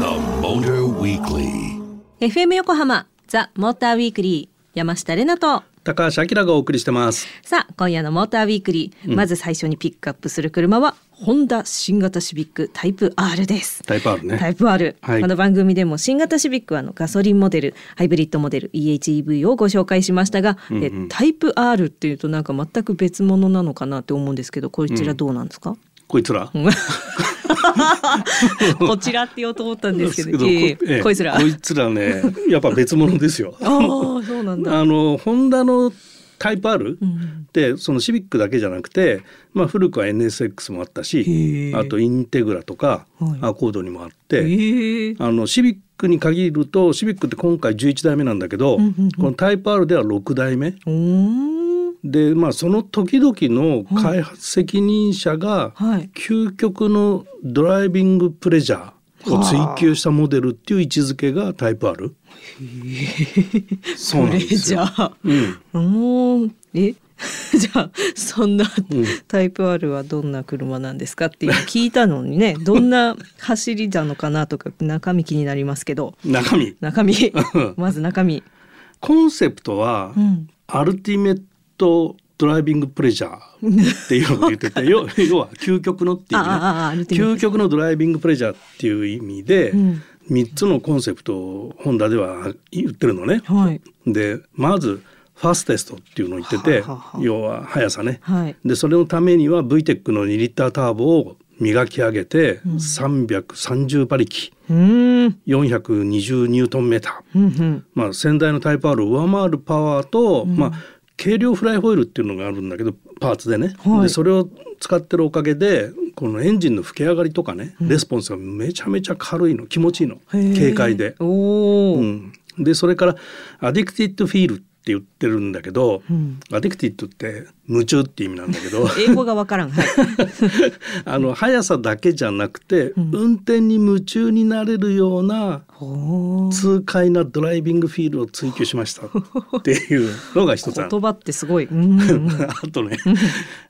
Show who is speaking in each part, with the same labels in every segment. Speaker 1: The Motor Weekly.
Speaker 2: FM 横浜ザ・モーターウィークリー山下れなと
Speaker 3: 高橋明がお送りしてます。
Speaker 2: さあ今夜のモーターウィークリー、まず最初にピックアップする車はホンダ新型シビックタイプ R です。
Speaker 3: タイプ R ね
Speaker 2: タイプ R、
Speaker 3: はい
Speaker 2: この番組でも新型シビックはあのガソリンモデルハイブリッドモデル EHEV をご紹介しましたが、えタイプ R っていうとなんか全く別物なのかなって思うんですけどこちらどうなんですか、
Speaker 3: こいつら。
Speaker 2: こちらって言おうと思ったんですけど、
Speaker 3: こ
Speaker 2: ええ
Speaker 3: ええ
Speaker 2: こいつら。あ
Speaker 3: こいつら ね、やっぱ別物ですよ。
Speaker 2: あーそうなんだ。
Speaker 3: あのホンダのタイプ R ってそのシビックだけじゃなくて、まあ古くは NSX もあったし、あとインテグラとか
Speaker 2: はい
Speaker 3: アコードにもあっ
Speaker 2: え
Speaker 3: て、
Speaker 2: ー、
Speaker 3: あのシビックに限るとシビックって今回11代目なんだけど、このタイプ R では6代目。
Speaker 2: うーん
Speaker 3: でまあその時々の開発責任者が
Speaker 2: はい
Speaker 3: 究極のドライビングプレジャーを追求したモデルっていう位置づけがタイプ R。そうなんですよ。
Speaker 2: これじゃあ
Speaker 3: うん、
Speaker 2: うーんえ じゃあそんなタイプ R はどんな車なんですかっていう聞いたのに ねどんな走りなのかなとか中身気になりますけど
Speaker 3: 中身
Speaker 2: 中身まず中身
Speaker 3: コンセプトは、
Speaker 2: ん
Speaker 3: アルティメットドライビングプレジャーっていうのを言って て要要は究極のっていう意味ね
Speaker 2: あああアルティメット
Speaker 3: 究極のドライビングプレジャーっていう意味で、
Speaker 2: うん
Speaker 3: 三3つのコンセプトをホンダでは言ってるのね。
Speaker 2: はい
Speaker 3: でまずファステストっていうのを言ってて
Speaker 2: ははは
Speaker 3: 要は速さね、
Speaker 2: はい
Speaker 3: でそれのためには VTEC の2リッターターボを磨き上げて330馬力
Speaker 2: うーん
Speaker 3: 420ニュートンメーター、
Speaker 2: うんうん
Speaker 3: まあ、先代のタイプ R を上回るパワーと、まあ、軽量フライホイールっていうのがあるんだけどパーツでね、
Speaker 2: はい
Speaker 3: でそれを使ってるおかげでこのエンジンの吹き上がりとかね、レスポンスがめちゃめちゃ軽いの気持ちいいの
Speaker 2: へー
Speaker 3: 軽快で。
Speaker 2: おお、
Speaker 3: うん、でそれからアディクティッドフィールって言ってるんだけど、
Speaker 2: ん
Speaker 3: アディクティッドって夢中って意味なんだ けど
Speaker 2: 英語がわからん はい
Speaker 3: あの速さだけじゃなくて、運転に夢中になれるような
Speaker 2: ほー
Speaker 3: 痛快なドライビングフィールを追求しましたっていうのが一つある
Speaker 2: 言葉ってすごい うんうん
Speaker 3: あとね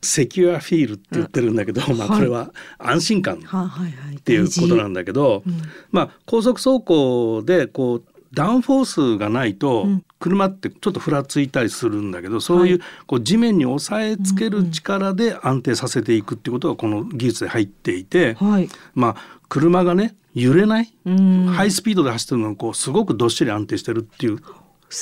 Speaker 3: セキュアフィールって言ってるんだけど、まあこれは安心感
Speaker 2: ははいはいっ
Speaker 3: っていうことなんんだけど、まあ高速走行でこうダウンフォースがないと車ってちょっとふらついたりするんだけど、そういうこう地面に押さえつける力で安定させていくってことがこの技術で入っていて、
Speaker 2: はい
Speaker 3: まあ車がね揺れない、
Speaker 2: うん
Speaker 3: ハイスピードで走ってるのがこうすごくどっしり安定してるっていう、
Speaker 2: 好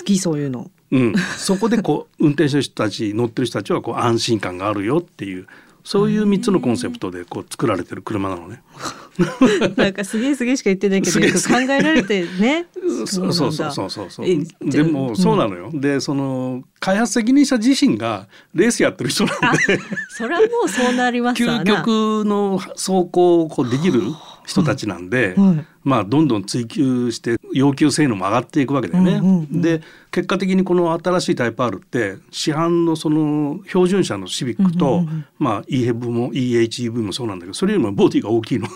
Speaker 2: きそういうの
Speaker 3: うん、そこでこう運転してる人たち乗ってる人たちはこう安心感があるよっていうそういう3つのコンセプトでこう作られてる車なのね。
Speaker 2: なんかすげえすげえしか言ってないけ
Speaker 3: す
Speaker 2: ど
Speaker 3: げえ
Speaker 2: よく考えられてね。
Speaker 3: そうそうそうそうそうそう
Speaker 2: え
Speaker 3: でも
Speaker 2: じゃあ
Speaker 3: そうなのよ、でその開発責任者自身がレースやってる人なんで
Speaker 2: そりゃもうそうなりますわな。
Speaker 3: 究極の走行をこうできる人たちなんで、
Speaker 2: はい
Speaker 3: まあどんどん追求して要求性能も上がっていくわけだよね。
Speaker 2: うんうんうん
Speaker 3: で結果的にこの新しいタイプ R って市販のその標準車のシビックと、まあ EHEV も EHEV もそうなんだけどそれよりもボディが大きいの。
Speaker 2: う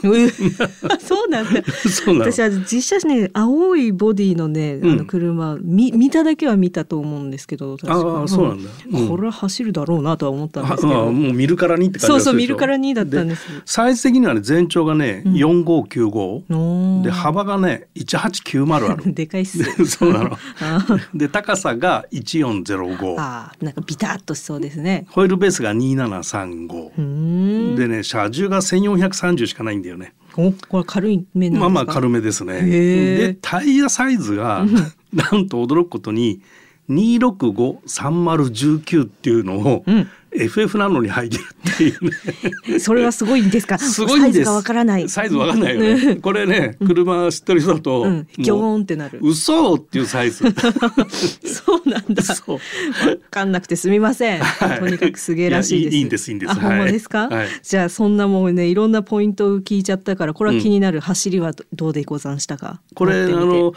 Speaker 2: そうなんだ。
Speaker 3: そうなの
Speaker 2: 私は実写ね青いボディのねあ
Speaker 3: う
Speaker 2: の
Speaker 3: ん
Speaker 2: 車、見見ただけは見たと思うんですけど確か
Speaker 3: ああそうなんだうん
Speaker 2: これは走るだろうなとは思ったんですけ
Speaker 3: ああ
Speaker 2: ど、
Speaker 3: もう見るからにって感じ
Speaker 2: そう
Speaker 3: が
Speaker 2: そう
Speaker 3: するで
Speaker 2: 見
Speaker 3: しょ
Speaker 2: るからにだったんです。
Speaker 3: サイズ的にはね全長がね、4595
Speaker 2: おー
Speaker 3: で幅がね1890ある
Speaker 2: でかいっす。
Speaker 3: で そうなの
Speaker 2: あ
Speaker 3: で高さが1405
Speaker 2: あーなんかビタッとしそうですね。
Speaker 3: ホイールベースが2735
Speaker 2: うーん。
Speaker 3: でね車重が1430しかないんだよね
Speaker 2: おこれ軽い面なんですか。
Speaker 3: まあまあ軽めですね
Speaker 2: へえ
Speaker 3: でタイヤサイズがなんと驚くことに2653019っていうのを、
Speaker 2: ん
Speaker 3: FF なのに入ってるっていうね
Speaker 2: それはすごいん ですか。
Speaker 3: すごいん
Speaker 2: サイズ
Speaker 3: です。
Speaker 2: がわからない。
Speaker 3: サイズわからないよね。これね、車知ってる人だと、
Speaker 2: うん、ギョーンってなる
Speaker 3: も。う嘘っていうサイズ。
Speaker 2: そうなんだ。
Speaker 3: そう
Speaker 2: わかんなくてすみません。
Speaker 3: はい
Speaker 2: とにかくすげえらしいです。
Speaker 3: いやいいいいんですいいんです
Speaker 2: あ、
Speaker 3: はい
Speaker 2: ほんまですか。
Speaker 3: はい
Speaker 2: じゃあ、そんなもんね、いろんなポイントを聞いちゃったから、これは気になる走りはどどうでござんしたか。
Speaker 3: これ
Speaker 2: 乗っ
Speaker 3: あ
Speaker 2: てみて
Speaker 3: の。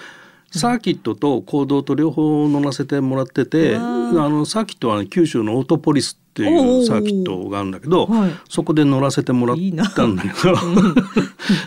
Speaker 3: サーキットと行動と両方乗らせてもらってて、
Speaker 2: う
Speaker 3: あ
Speaker 2: わ
Speaker 3: のサーキットはね、九州のオートポリスっっていうサーキットがあるんだけど、
Speaker 2: おーはい
Speaker 3: そこで乗らせてもらったんだけど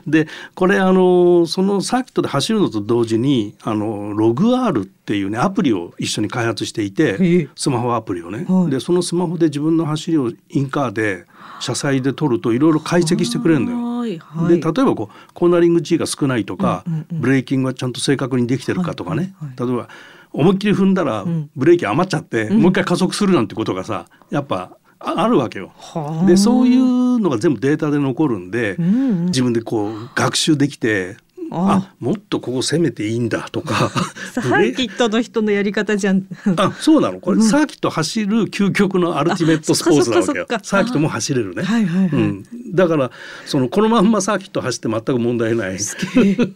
Speaker 3: でこれあのそのサーキットで走るのと同時にあのログ R っていうねアプリを一緒に開発してい
Speaker 2: へえ
Speaker 3: てスマホアプリをね、
Speaker 2: はい
Speaker 3: でそのスマホで自分の走りをインカーで車載で撮るといろいろ解析してくれるんだよ。
Speaker 2: はいは
Speaker 3: で例え
Speaker 2: い。
Speaker 3: ばこうコーナリング G が少ないとか、
Speaker 2: うんうんうん
Speaker 3: ブレーキングがちゃんと正確にできてるかとかね、
Speaker 2: はいはい
Speaker 3: 例えば思いっきり踏んだら
Speaker 2: ん
Speaker 3: ブレーキ余っちゃって、もう一回加速するなんてことがさやっぱああるわけよ。
Speaker 2: はあ
Speaker 3: でそういうのが全部データで残るんで、
Speaker 2: うんうん
Speaker 3: 自分でこう学習できて
Speaker 2: あ
Speaker 3: あもっとここ攻めていいんだとか
Speaker 2: サ
Speaker 3: ブレ
Speaker 2: ーキットの人のやり方じゃん。
Speaker 3: あそうなのこれ、サーキット走る究極のアルティメットスポーツなわけ
Speaker 2: あそっかそっ
Speaker 3: よ
Speaker 2: かそっか
Speaker 3: サーキットも走れるね、
Speaker 2: はいはいはい
Speaker 3: うん、だからそのこのまんまサーキット走って全く問題ない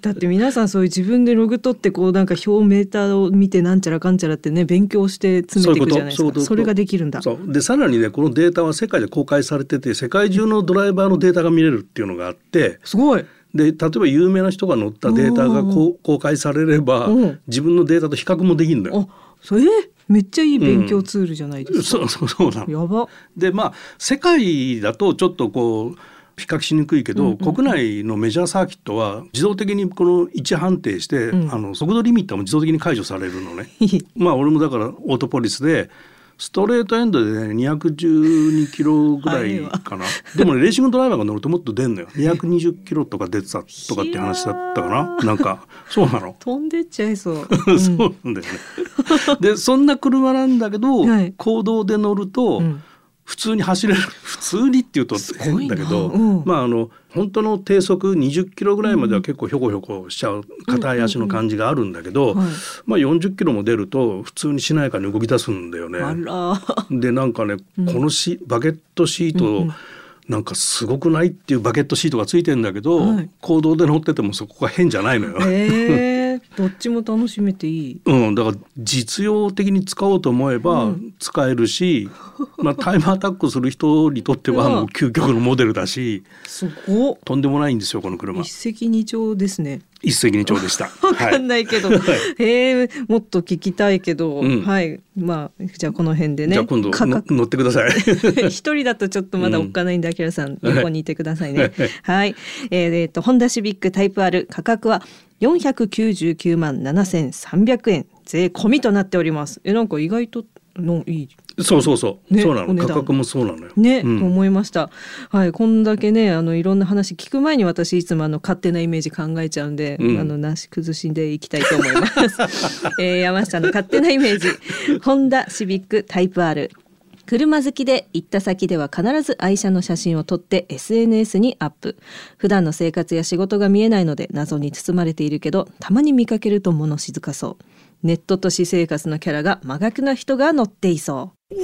Speaker 2: だって皆さんそういう自分でログ取ってこうなんか表メーターを見てなんちゃらかんちゃらってね勉強して詰めていくじゃないですか。それができるんだ。
Speaker 3: そうでさらにねこのデータは世界で公開されてて世界中のドライバーのデータが見れるっていうのがあって
Speaker 2: すごい。
Speaker 3: で例えば有名な人が乗ったデータがこう公開されれば
Speaker 2: うん
Speaker 3: 自分のデータと比較もできるんだよ。
Speaker 2: あ、それめっちゃいい勉強ツールじゃないですか。
Speaker 3: そうそうそうなの
Speaker 2: やば。
Speaker 3: でまあ世界だとちょっとこう比較しにくいけど、国内のメジャーサーキットは自動的にこの位置判定して、あの速度リミッターも自動的に解除される のね。まあ俺もだからオートポリスでストレートエンドで、ね、212キロぐらいかなでもねレーシングドライバーが乗るともっと出んのよ220キロとか出てたとかって話だっ たかななんかそうなの
Speaker 2: 飛んでっちゃいそう。
Speaker 3: そうなんだよね。でそんな車なんだけど、
Speaker 2: はい
Speaker 3: 公道で乗ると、
Speaker 2: ん
Speaker 3: 普通に走れる 普通にっていうと変だけど、
Speaker 2: すごいなうん
Speaker 3: まああの本当の低速20キロぐらいまでは結構ひょこひょこしちゃう硬い足の感じがあるんだけど、
Speaker 2: はい
Speaker 3: まあ40キロも出ると普通にしなやかに動き出すんだよね。
Speaker 2: あら。
Speaker 3: でなんかね、このシバケットシート、なんかすごくないっていうバケットシートがついてんだけど、
Speaker 2: はい
Speaker 3: 公道で乗っててもそこが変じゃないのよ。
Speaker 2: ええどっちも楽しめていい。
Speaker 3: うん、だから実用的に使おうと思えば使え るし、まあ、タイムアタックする人にとっては
Speaker 2: うん
Speaker 3: もう究極のモデルだし
Speaker 2: すごっ。
Speaker 3: とんでもないんですよこの車
Speaker 2: 一石二鳥ですね。
Speaker 3: 一石二鳥でした。
Speaker 2: わかん
Speaker 3: い
Speaker 2: ないけど、へえもっと聞きたいけど、
Speaker 3: うん
Speaker 2: はいまあじゃあこの辺でね
Speaker 3: じゃあ今度
Speaker 2: 価
Speaker 3: の
Speaker 2: 格
Speaker 3: 乗ってく ださい。
Speaker 2: 一人だとちょっとまだおっかないんで、あきらさん横にいてくださいね。はい、えーえーとホンダシビックタイプ R 価格は499万7300円税込みとなっております。えなんか意外とのいい
Speaker 3: そうそうそう、
Speaker 2: ね
Speaker 3: そうな
Speaker 2: お
Speaker 3: の
Speaker 2: 値段
Speaker 3: 価格もそうなのよ。
Speaker 2: ね、
Speaker 3: うん
Speaker 2: と思いました。はい、こんだけね、あのいろんな話聞く前に私いつもあの勝手なイメージ考えちゃうんで、
Speaker 3: うん
Speaker 2: あのなし崩しでいきたいと思い ます。えー、山下の勝手なイメージ、ホンダシビックタイプ R。車好きで行った先では必ず愛車の写真を撮って SNS にアップ普段の生活や仕事が見えないので謎に包まれているけどたまに見かけると物静かそうネットと私生活のキャラが真逆な人が乗っていそう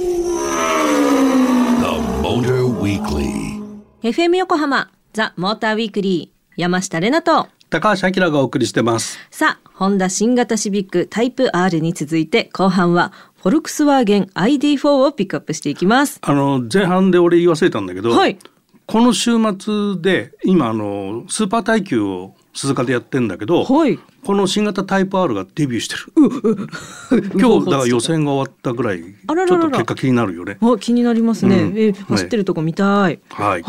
Speaker 1: The Motor Weekly.
Speaker 2: FM 横浜ザ・モーターウィークリー山下れなと
Speaker 3: 高橋明がお送りしてます。
Speaker 2: さあホンダ新型シビックタイプ R に続いて後半はフォルクスワーゲン ID4 をピックアップしていきます
Speaker 3: あの前半で俺言い忘れたんだけど、
Speaker 2: はい
Speaker 3: この週末で今あのスーパー耐久を鈴鹿でやってんだけど、
Speaker 2: はい
Speaker 3: この新型タイプ R がデビューしてる。今日だから予選が終わったぐらい、ち
Speaker 2: あ
Speaker 3: ょ
Speaker 2: ら
Speaker 3: っ
Speaker 2: ららら
Speaker 3: と結果気になるよね。
Speaker 2: あ気になりますね、
Speaker 3: うん
Speaker 2: えー走ってるとこ見たい
Speaker 3: はい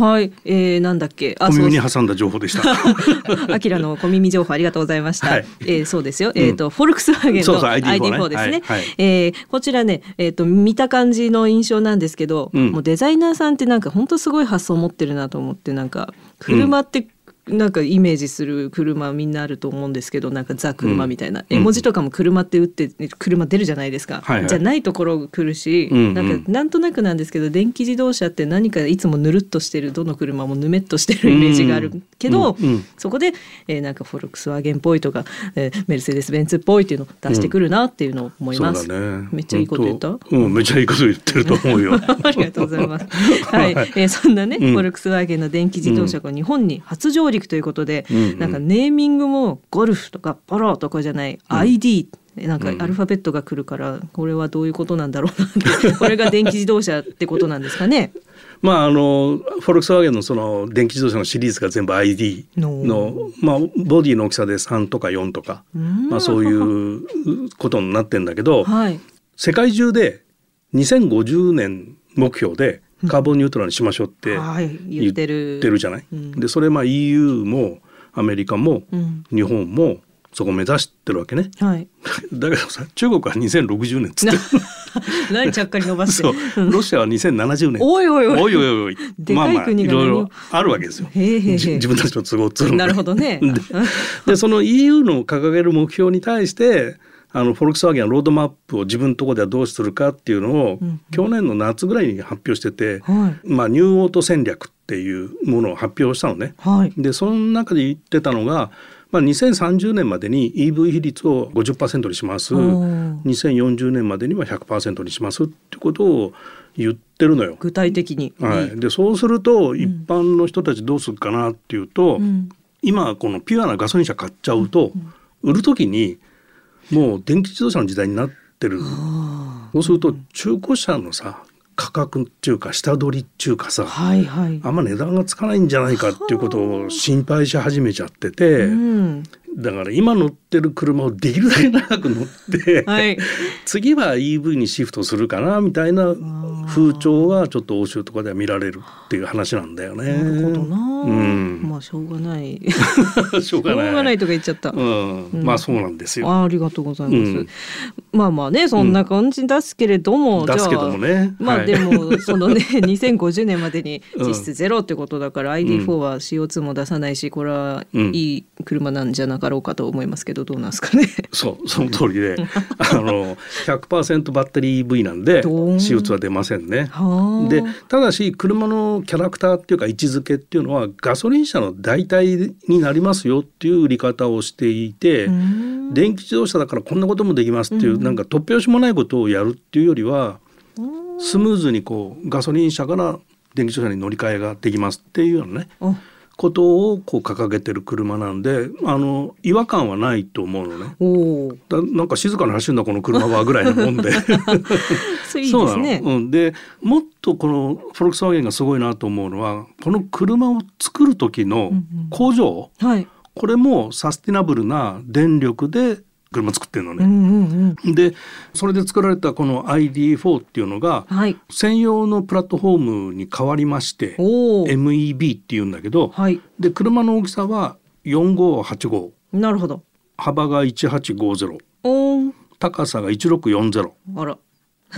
Speaker 2: えー、なんだっけあ
Speaker 3: 小
Speaker 2: そう
Speaker 3: 耳に挟んだ情報でした。
Speaker 2: あきらの小耳情報ありがとうございました。
Speaker 3: はい
Speaker 2: えーそうですよ。えっ、と、フォルクスワーゲン
Speaker 3: そう
Speaker 2: の
Speaker 3: そう ID4 ね
Speaker 2: ID4 ですね。
Speaker 3: はいはい
Speaker 2: えーこちらね、えっ、と見た感じの印象なんですけど、
Speaker 3: うん
Speaker 2: もうデザイナーさんってなんか本当すごい発想持ってるなと思ってなんか車って、なんかイメージする車みんなあると思うんですけどなんかザ車みたいな、絵文字とかも車って打って車出るじゃないですか、
Speaker 3: はいはい
Speaker 2: じゃないところ来るし、
Speaker 3: うんうん
Speaker 2: なんかなんとなくなんですけど電気自動車って何かいつもぬるっとしてるどの車もぬめっとしてるイメージがあるけど、
Speaker 3: うんうん
Speaker 2: そこで、えーなんかフォルクスワーゲンっぽいとか、えーメルセデス・ベンツっぽいっていうのを出してくるなっていうのを思い
Speaker 3: そ
Speaker 2: ま
Speaker 3: う
Speaker 2: す。
Speaker 3: だね。
Speaker 2: めっちゃいいこと言った
Speaker 3: 本当うん、めっちゃいいこと言ってると思うよ。
Speaker 2: ありがとうございます。 はい、えーそんなね、
Speaker 3: ん
Speaker 2: フォルクスワーゲンの電気自動車が日本に初上陸ということで、
Speaker 3: うんうん
Speaker 2: なんかネーミングもゴルフとかポロとかじゃない、ID なんかアルファベットが来るから、これはどういうことなんだろうなって、これが電気自動車ってことなんですかね。
Speaker 3: まああのフォルクスワーゲンのその電気自動車のシリーズが全部 ID のまあボディの大きさで3とか4とか、 まあそ ういうことになってんだけど、
Speaker 2: はい。
Speaker 3: 世界中で2050年目標でカーボンニュートラルにしましょうって
Speaker 2: はい
Speaker 3: 言
Speaker 2: 言
Speaker 3: っ
Speaker 2: ってて
Speaker 3: る
Speaker 2: る
Speaker 3: じゃない。
Speaker 2: うん
Speaker 3: でそれまあ EU もアメリカも
Speaker 2: うん
Speaker 3: 日本もそこを目指してるわけね。
Speaker 2: はい。
Speaker 3: だけどさ中国は2060年っつってる
Speaker 2: 何ちゃっかり伸ばして。
Speaker 3: そうロシアは2070年。
Speaker 2: おいおいおい
Speaker 3: おいおいおい
Speaker 2: で
Speaker 3: まあ
Speaker 2: か
Speaker 3: ま
Speaker 2: い
Speaker 3: あい
Speaker 2: 国が
Speaker 3: ろい
Speaker 2: 何を
Speaker 3: ろあるわけですよ。
Speaker 2: へえへえへえ
Speaker 3: じ自分たちの都合つ る
Speaker 2: なるほどね
Speaker 3: ででその EU の掲げる目標に対してあのフォルクスワーゲンはロードマップを自分のところではどうするかっていうのを、
Speaker 2: うんうん
Speaker 3: 去年の夏ぐらいに発表してて、
Speaker 2: は
Speaker 3: まあ、ニューオート戦略っていうものを発表したのね。
Speaker 2: はい。
Speaker 3: でその中で言ってたのが、まあ、2030年までに EV 比率を50%にします
Speaker 2: おー
Speaker 3: 2040年までには100%にしますってことを言ってるのよ。
Speaker 2: 具体的に。
Speaker 3: はい、でそうすると一般の人たちどうするかなっていうと、
Speaker 2: うん。
Speaker 3: 今このピュアなガソリン車買っちゃうと、売る時にもう電気自動車の時代になってる、
Speaker 2: あ
Speaker 3: そうすると中古車のさ価格っていうか下取りっていうかさ、
Speaker 2: あ。はいはい。
Speaker 3: あんま値段がつかないんじゃないかっていうことを心配し始めちゃってて、
Speaker 2: うん。
Speaker 3: だから今乗ってる車をできるだけ長く乗って、
Speaker 2: はい。
Speaker 3: 次は EV にシフトするかなみたいな風潮がちょっと欧州とかでは見られるっていう話なんだよね。
Speaker 2: なるほどな。
Speaker 3: うん
Speaker 2: まあしょうがない。し
Speaker 3: しょう
Speaker 2: ょ
Speaker 3: が
Speaker 2: う
Speaker 3: ない。
Speaker 2: がないとか言っちゃった。
Speaker 3: うん、
Speaker 2: うん
Speaker 3: まあそうなんですよ。
Speaker 2: あーありがとうございます。
Speaker 3: うん
Speaker 2: まあまあねそんな感じですけれども、じゃ
Speaker 3: 出
Speaker 2: あ
Speaker 3: すけどもね。
Speaker 2: ま
Speaker 3: は
Speaker 2: あ
Speaker 3: い
Speaker 2: でもそのね 2050年までに実質ゼロってことだから、
Speaker 3: う
Speaker 2: ID4 は CO2 も出さないしこれは
Speaker 3: うん
Speaker 2: いい車なんじゃなかろうかと思いますけどどうなんですかね。
Speaker 3: そうその通り であの100%バッテリー EV なんで
Speaker 2: どーん
Speaker 3: CO2 は出ませんね。
Speaker 2: はあ。
Speaker 3: でただし車のキャラクターっていうか位置づけっていうのはガソリン車の代替になりますよっていう売り方をしていて、
Speaker 2: うん
Speaker 3: 電気自動車だからこんなこともできますっていう、
Speaker 2: うん
Speaker 3: なんか突拍子もないことをやるっていうよりはスムーズにこうガソリン車から電気自動車に乗り換えができますっていうようなね
Speaker 2: あ
Speaker 3: ことをこう掲げてる車なんであの違和感はないと思うのね。
Speaker 2: おお。
Speaker 3: だなんか静かに走るんだこの車はぐらいのも んで
Speaker 2: それいい
Speaker 3: そ
Speaker 2: で
Speaker 3: うな
Speaker 2: す
Speaker 3: の、
Speaker 2: ね。
Speaker 3: うん、でもっとこのフォルクスワーゲンがすごいなと思うのはこの車を作る時の工場、
Speaker 2: はい。
Speaker 3: これもサスティナブルな電力で車作ってるの
Speaker 2: う
Speaker 3: ね。
Speaker 2: んうんうん。
Speaker 3: でそれで作られたこの ID4 っていうのが
Speaker 2: はい。
Speaker 3: 専用のプラットフォームに変わりまして
Speaker 2: おお。
Speaker 3: MEB っていうんだけど
Speaker 2: はい。
Speaker 3: で車の大きさは4585
Speaker 2: なるほど。
Speaker 3: 幅が1850
Speaker 2: おお。
Speaker 3: 高さが1640
Speaker 2: あら。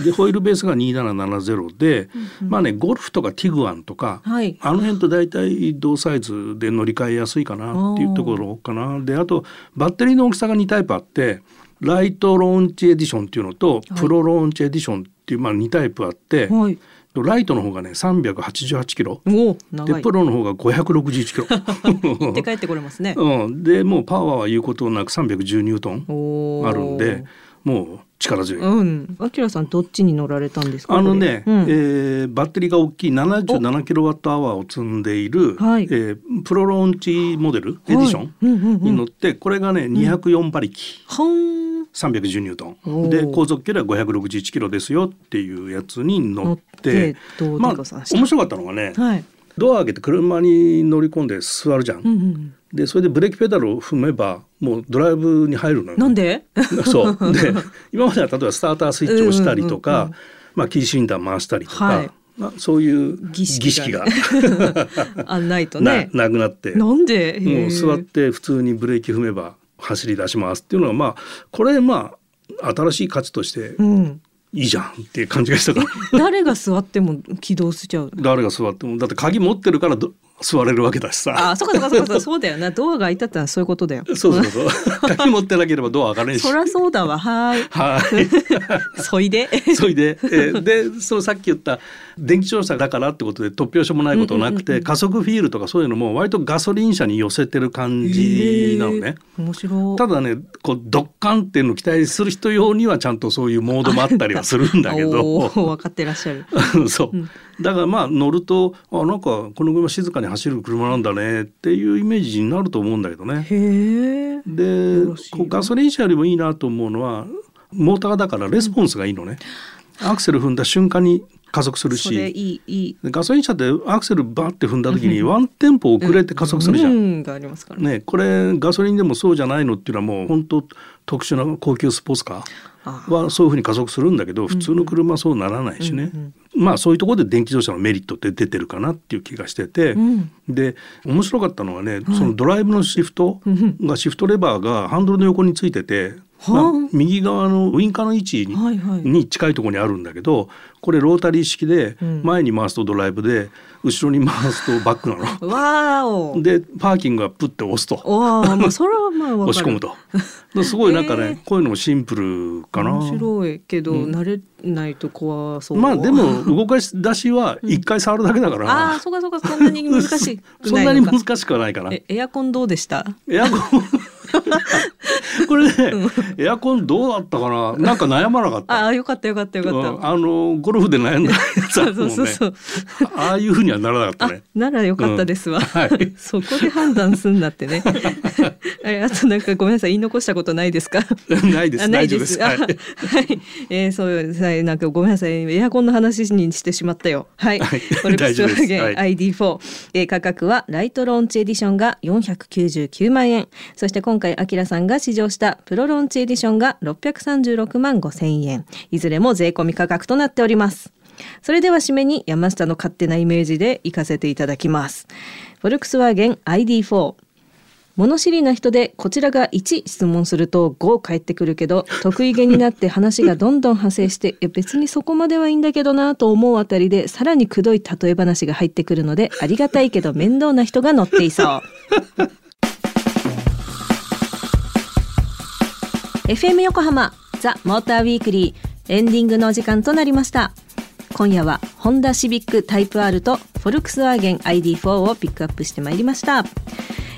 Speaker 3: でホイールベースが2770でまあねゴルフとかティグアンとか、
Speaker 2: はい。
Speaker 3: あの辺と大体同サイズで乗り換えやすいかなっていうところかなであとバッテリーの大きさが2タイプあってライトローンチエディションっていうのと、
Speaker 2: はい
Speaker 3: プロローンチエディションっていう、まあ、2タイプあって、
Speaker 2: はい。
Speaker 3: ライトの方がね388キロ
Speaker 2: おお。長
Speaker 3: で
Speaker 2: い
Speaker 3: プ。ロの方が561キ
Speaker 2: 行
Speaker 3: ロ
Speaker 2: って帰ってこれますね。
Speaker 3: うん、でもうパワーは言うことなく310ニュートン
Speaker 2: おお。
Speaker 3: あるんでもう力強い。
Speaker 2: うん。あきらさんどっちに乗られたんですか。
Speaker 3: あのね、
Speaker 2: これうん
Speaker 3: えーバッテリーが大きい77キロワットアワーを積んでいる、
Speaker 2: はい
Speaker 3: えープロローンチモデルエディショ
Speaker 2: はい
Speaker 3: ン
Speaker 2: うんうんう
Speaker 3: に
Speaker 2: ん
Speaker 3: 乗って、これがね204馬力。
Speaker 2: ほーん。
Speaker 3: 310ニュート
Speaker 2: お
Speaker 3: ン
Speaker 2: ー
Speaker 3: で航続距離は561キロですよっていうやつに乗っ
Speaker 2: 乗っ
Speaker 3: て
Speaker 2: てどう
Speaker 3: まあ
Speaker 2: どうさんした
Speaker 3: 面白かったのがね
Speaker 2: はい。
Speaker 3: ドア開けて車に乗り込んで座るじゃん、
Speaker 2: うんうん
Speaker 3: でそれでブレーキペダルを踏めばもうドライブに入るのよ
Speaker 2: うん。。なんで？
Speaker 3: そうで今までは例えばスタータースイッチをしたりとか、
Speaker 2: うんうんうんうん
Speaker 3: まあ、キーシンダー回したりとか、
Speaker 2: はい
Speaker 3: まあ、そういう儀
Speaker 2: 儀式
Speaker 3: 式が
Speaker 2: があないと
Speaker 3: な
Speaker 2: ね。
Speaker 3: なくなっても
Speaker 2: なんで？へ
Speaker 3: う
Speaker 2: ー
Speaker 3: 座って普通にブレーキ踏めば走り出しますっていうのはまあこれまあ新しい価値として
Speaker 2: うん。
Speaker 3: いいじゃんっていう感じがした から。
Speaker 2: 誰が座っても起動しちゃう。
Speaker 3: 誰が座ってもだって鍵持ってるからど座れるわけだしさ
Speaker 2: あ、そうかそうかそうかそうそうだよな。ドアが開いたってのはそういうことだよ。
Speaker 3: そうそうそう 鍵持ってなければドア開かねえし
Speaker 2: そらそうだわ。はー
Speaker 3: はい
Speaker 2: い。そいで。
Speaker 3: それで、えーでそのさっき言った電気自動車だからってことで突拍子もないことなくて、加速フィールとかそういうのも割とガソリン車に寄せてる感じなのね。
Speaker 2: へー。面白い。
Speaker 3: ただねこうドッカンっていうのを期待する人用にはちゃんとそういうモードもあったりはするんだけ
Speaker 2: お
Speaker 3: ど
Speaker 2: ー分かってらっしゃる。
Speaker 3: そうだからまあ乗るとあなんかこの車静かに走る車なんだねっていうイメージになると思うんだけどね。
Speaker 2: へえ。
Speaker 3: で
Speaker 2: よろしい
Speaker 3: こうガソリン車よりもいいなと思うのはモーターだからレスポンスがいいのね、アクセル踏んだ瞬間に加速する
Speaker 2: それいい
Speaker 3: し
Speaker 2: いい。
Speaker 3: でガソリン車ってアクセルバーって踏んだ時にワンテンポ遅れて加速するじゃん。
Speaker 2: うんがありますからね。
Speaker 3: ね、これガソリンでもそうじゃないのっていうのはもう本当特殊な高級スポーツカーはそういうふうに加速するんだけど普通の車はそうならないしね、まあそういうところで電気自動車のメリットって出てるかなっていう気がしてて、
Speaker 2: ん
Speaker 3: で面白かったのはね、そのドライブのシフトがシフトレバーがハンドルの横についてて、
Speaker 2: はあ
Speaker 3: まあ右側のウインカーの位置に,、
Speaker 2: はいはい
Speaker 3: に近いところにあるんだけどこれロータリー式で
Speaker 2: ん
Speaker 3: 前に回すとドライブで後ろに回すとバックなの。
Speaker 2: わーお。
Speaker 3: でパーキングはプッて押すと。
Speaker 2: おーまあそれはまあわかる
Speaker 3: 押し込むと。すごいなんかね、
Speaker 2: えー
Speaker 3: こういうのもシンプルかな。
Speaker 2: 面白いけど、
Speaker 3: うん
Speaker 2: 慣れないと怖そう。
Speaker 3: まあでも動かし出しは一回触るだけだから、
Speaker 2: ああそうかそうかそんなに難しく
Speaker 3: そ
Speaker 2: なんい
Speaker 3: なに
Speaker 2: のか。
Speaker 3: 難しくはないかな。
Speaker 2: えエアコンどうでした？
Speaker 3: エアコンこれね、エアコンどうだったかななんか悩まなかった。
Speaker 2: ああよかったよかったよか
Speaker 3: う
Speaker 2: っ
Speaker 3: んあのゴルフで悩んだやつ
Speaker 2: た。
Speaker 3: あるもん ね
Speaker 2: そうそうそう。
Speaker 3: ああいうふうにはならな
Speaker 2: あ
Speaker 3: かったね。
Speaker 2: ならよかったですわ。
Speaker 3: うんはい
Speaker 2: そこで判断すんなっ てね。えあとなんかごめんなさい言い残したことないですか？
Speaker 3: ないです
Speaker 2: あない
Speaker 3: 大丈
Speaker 2: で
Speaker 3: 夫です。
Speaker 2: す。
Speaker 3: は
Speaker 2: あ
Speaker 3: い
Speaker 2: はい、えーそうさなんかごめんなさい、エアコンの話にしてしまったよ。はい、
Speaker 3: はい
Speaker 2: オルク
Speaker 3: 大
Speaker 2: ス
Speaker 3: 丈
Speaker 2: ワ
Speaker 3: 夫です
Speaker 2: ーゲン
Speaker 3: はい
Speaker 2: ID4、えー価格はライトローンチエディションが499万円、そして今回アキラさんが試乗したプロローンチエディションが636万5千円、いずれも税込み価格となっております。それでは締めに山下の勝手なイメージで行かせていただきます。フォルクスワーゲン ID4 物知りな人でこちらが1質問すると5返ってくるけど 得意げになって話がどんどん派生していや別にそこまではいいんだけどなと思うあたりでさらにくどい例え話が入ってくるのでありがたいけど面倒な人が乗っていそう。FM 横浜ザ・モーターウィークリーエンディングのお時間となりました今夜はホンダシビックタイプ R とフォルクスワーゲン ID4 をピックアップしてまいりました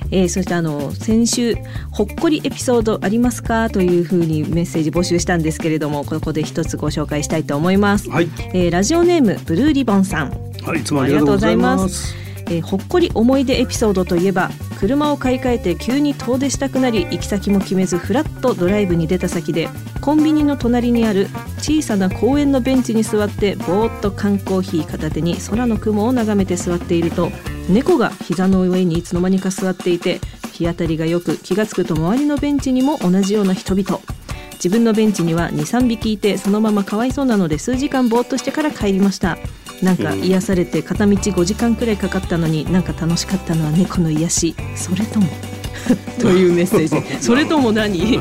Speaker 2: えーそしてあの先週ほっこりエピソードありますかというふうにメッセージ募集したんですけれどもここで一つご紹介したいと思います、
Speaker 3: はい、
Speaker 2: えーラジオネームブルーリボンさん
Speaker 3: はい、いつもありがとうござい
Speaker 2: ありがとう
Speaker 3: ま
Speaker 2: ござい
Speaker 3: す。
Speaker 2: えーほっこり思い出エピソードといえば車を買い替えて急に遠出したくなり行き先も決めずふらっとドライブに出た先でコンビニの隣にある小さな公園のベンチに座ってぼーっと缶コーヒー片手に空の雲を眺めて座っていると猫が膝の上にいつの間にか座っていて日当たりがよく気がつくと周りのベンチにも同じような人々自分のベンチには23匹いてそのままかわいそうなので数時間ぼーっとしてから帰りましたなんか癒されて片道5時間くらいかかったのになんか楽しかったのは猫の癒しそれ ともというメッセー ジそれとも何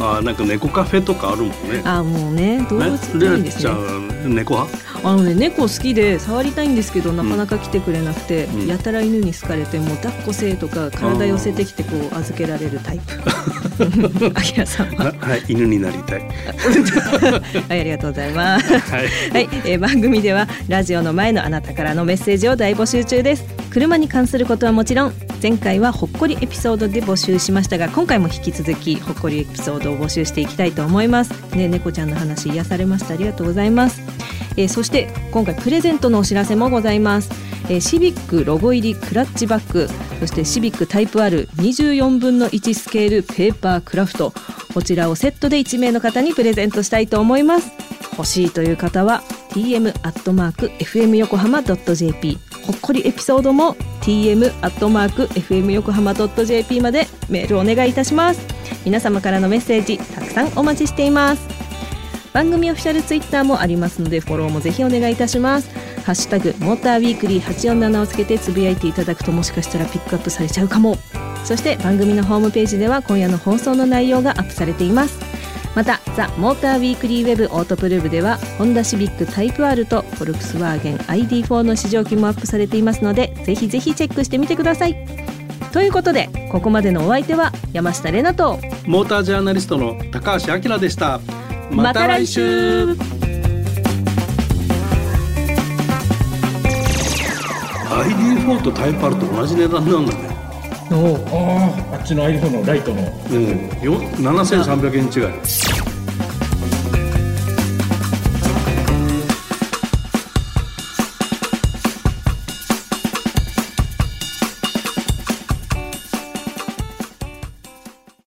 Speaker 3: ああなんか猫カフェとかあるもんね。
Speaker 2: あーもうね動物っていいん
Speaker 3: ね
Speaker 2: です
Speaker 3: じ
Speaker 2: ね
Speaker 3: ゃあ猫派？
Speaker 2: あのね猫好きで触りたいんですけどなかなか来てくれなくて、
Speaker 3: うん
Speaker 2: やたら犬に好かれてもう抱っこせえとか体寄せてきてこう預けられるタイ プあきらさんは
Speaker 3: ははい犬になりたい。
Speaker 2: はいありがとうございます
Speaker 3: はい。
Speaker 2: はい、えー番組ではラジオの前のあなたからのメッセージを大募集中です車に関することはもちろん前回はほっこりエピソードで募集しましたが今回も引き続きほっこりエピソードを募集していきたいと思いますね猫ちゃんの話癒されましたありがとうございますえーそして今回プレゼントのお知らせもございます、えーシビックロゴ入りクラッチバッグそしてシビックタイプ R24 分の1スケールペーパークラフトこちらをセットで1名の方にプレゼントしたいと思います欲しいという方は tm アットマーク fm 横浜 jp ほっこりエピソードも tm アットマーク fm 横浜 jp までメールお願いいたします皆様からのメッセージたくさんお待ちしています番組オフィシャルツイッターもありますのでフォローもぜひお願いいたしますハッシュタグモーターウィークリー847をつけてつぶやいていただくともしかしたらピックアップされちゃうかもそして番組のホームページでは今夜の放送の内容がアップされていますまたザ・モーターウィークリーウェブオートプルーブではホンダシビックタイプ R とフォルクスワーゲン ID4 の試乗機もアップされていますのでぜひぜひチェックしてみてくださいということでここまでのお相手は山下れなと
Speaker 3: モータージャーナリストの高橋明でした。
Speaker 2: また来週
Speaker 3: ID4 とタイプ R と同じ値段なんだね。
Speaker 4: あああっちの iPhone のライトの
Speaker 3: うん、よ7300円違い。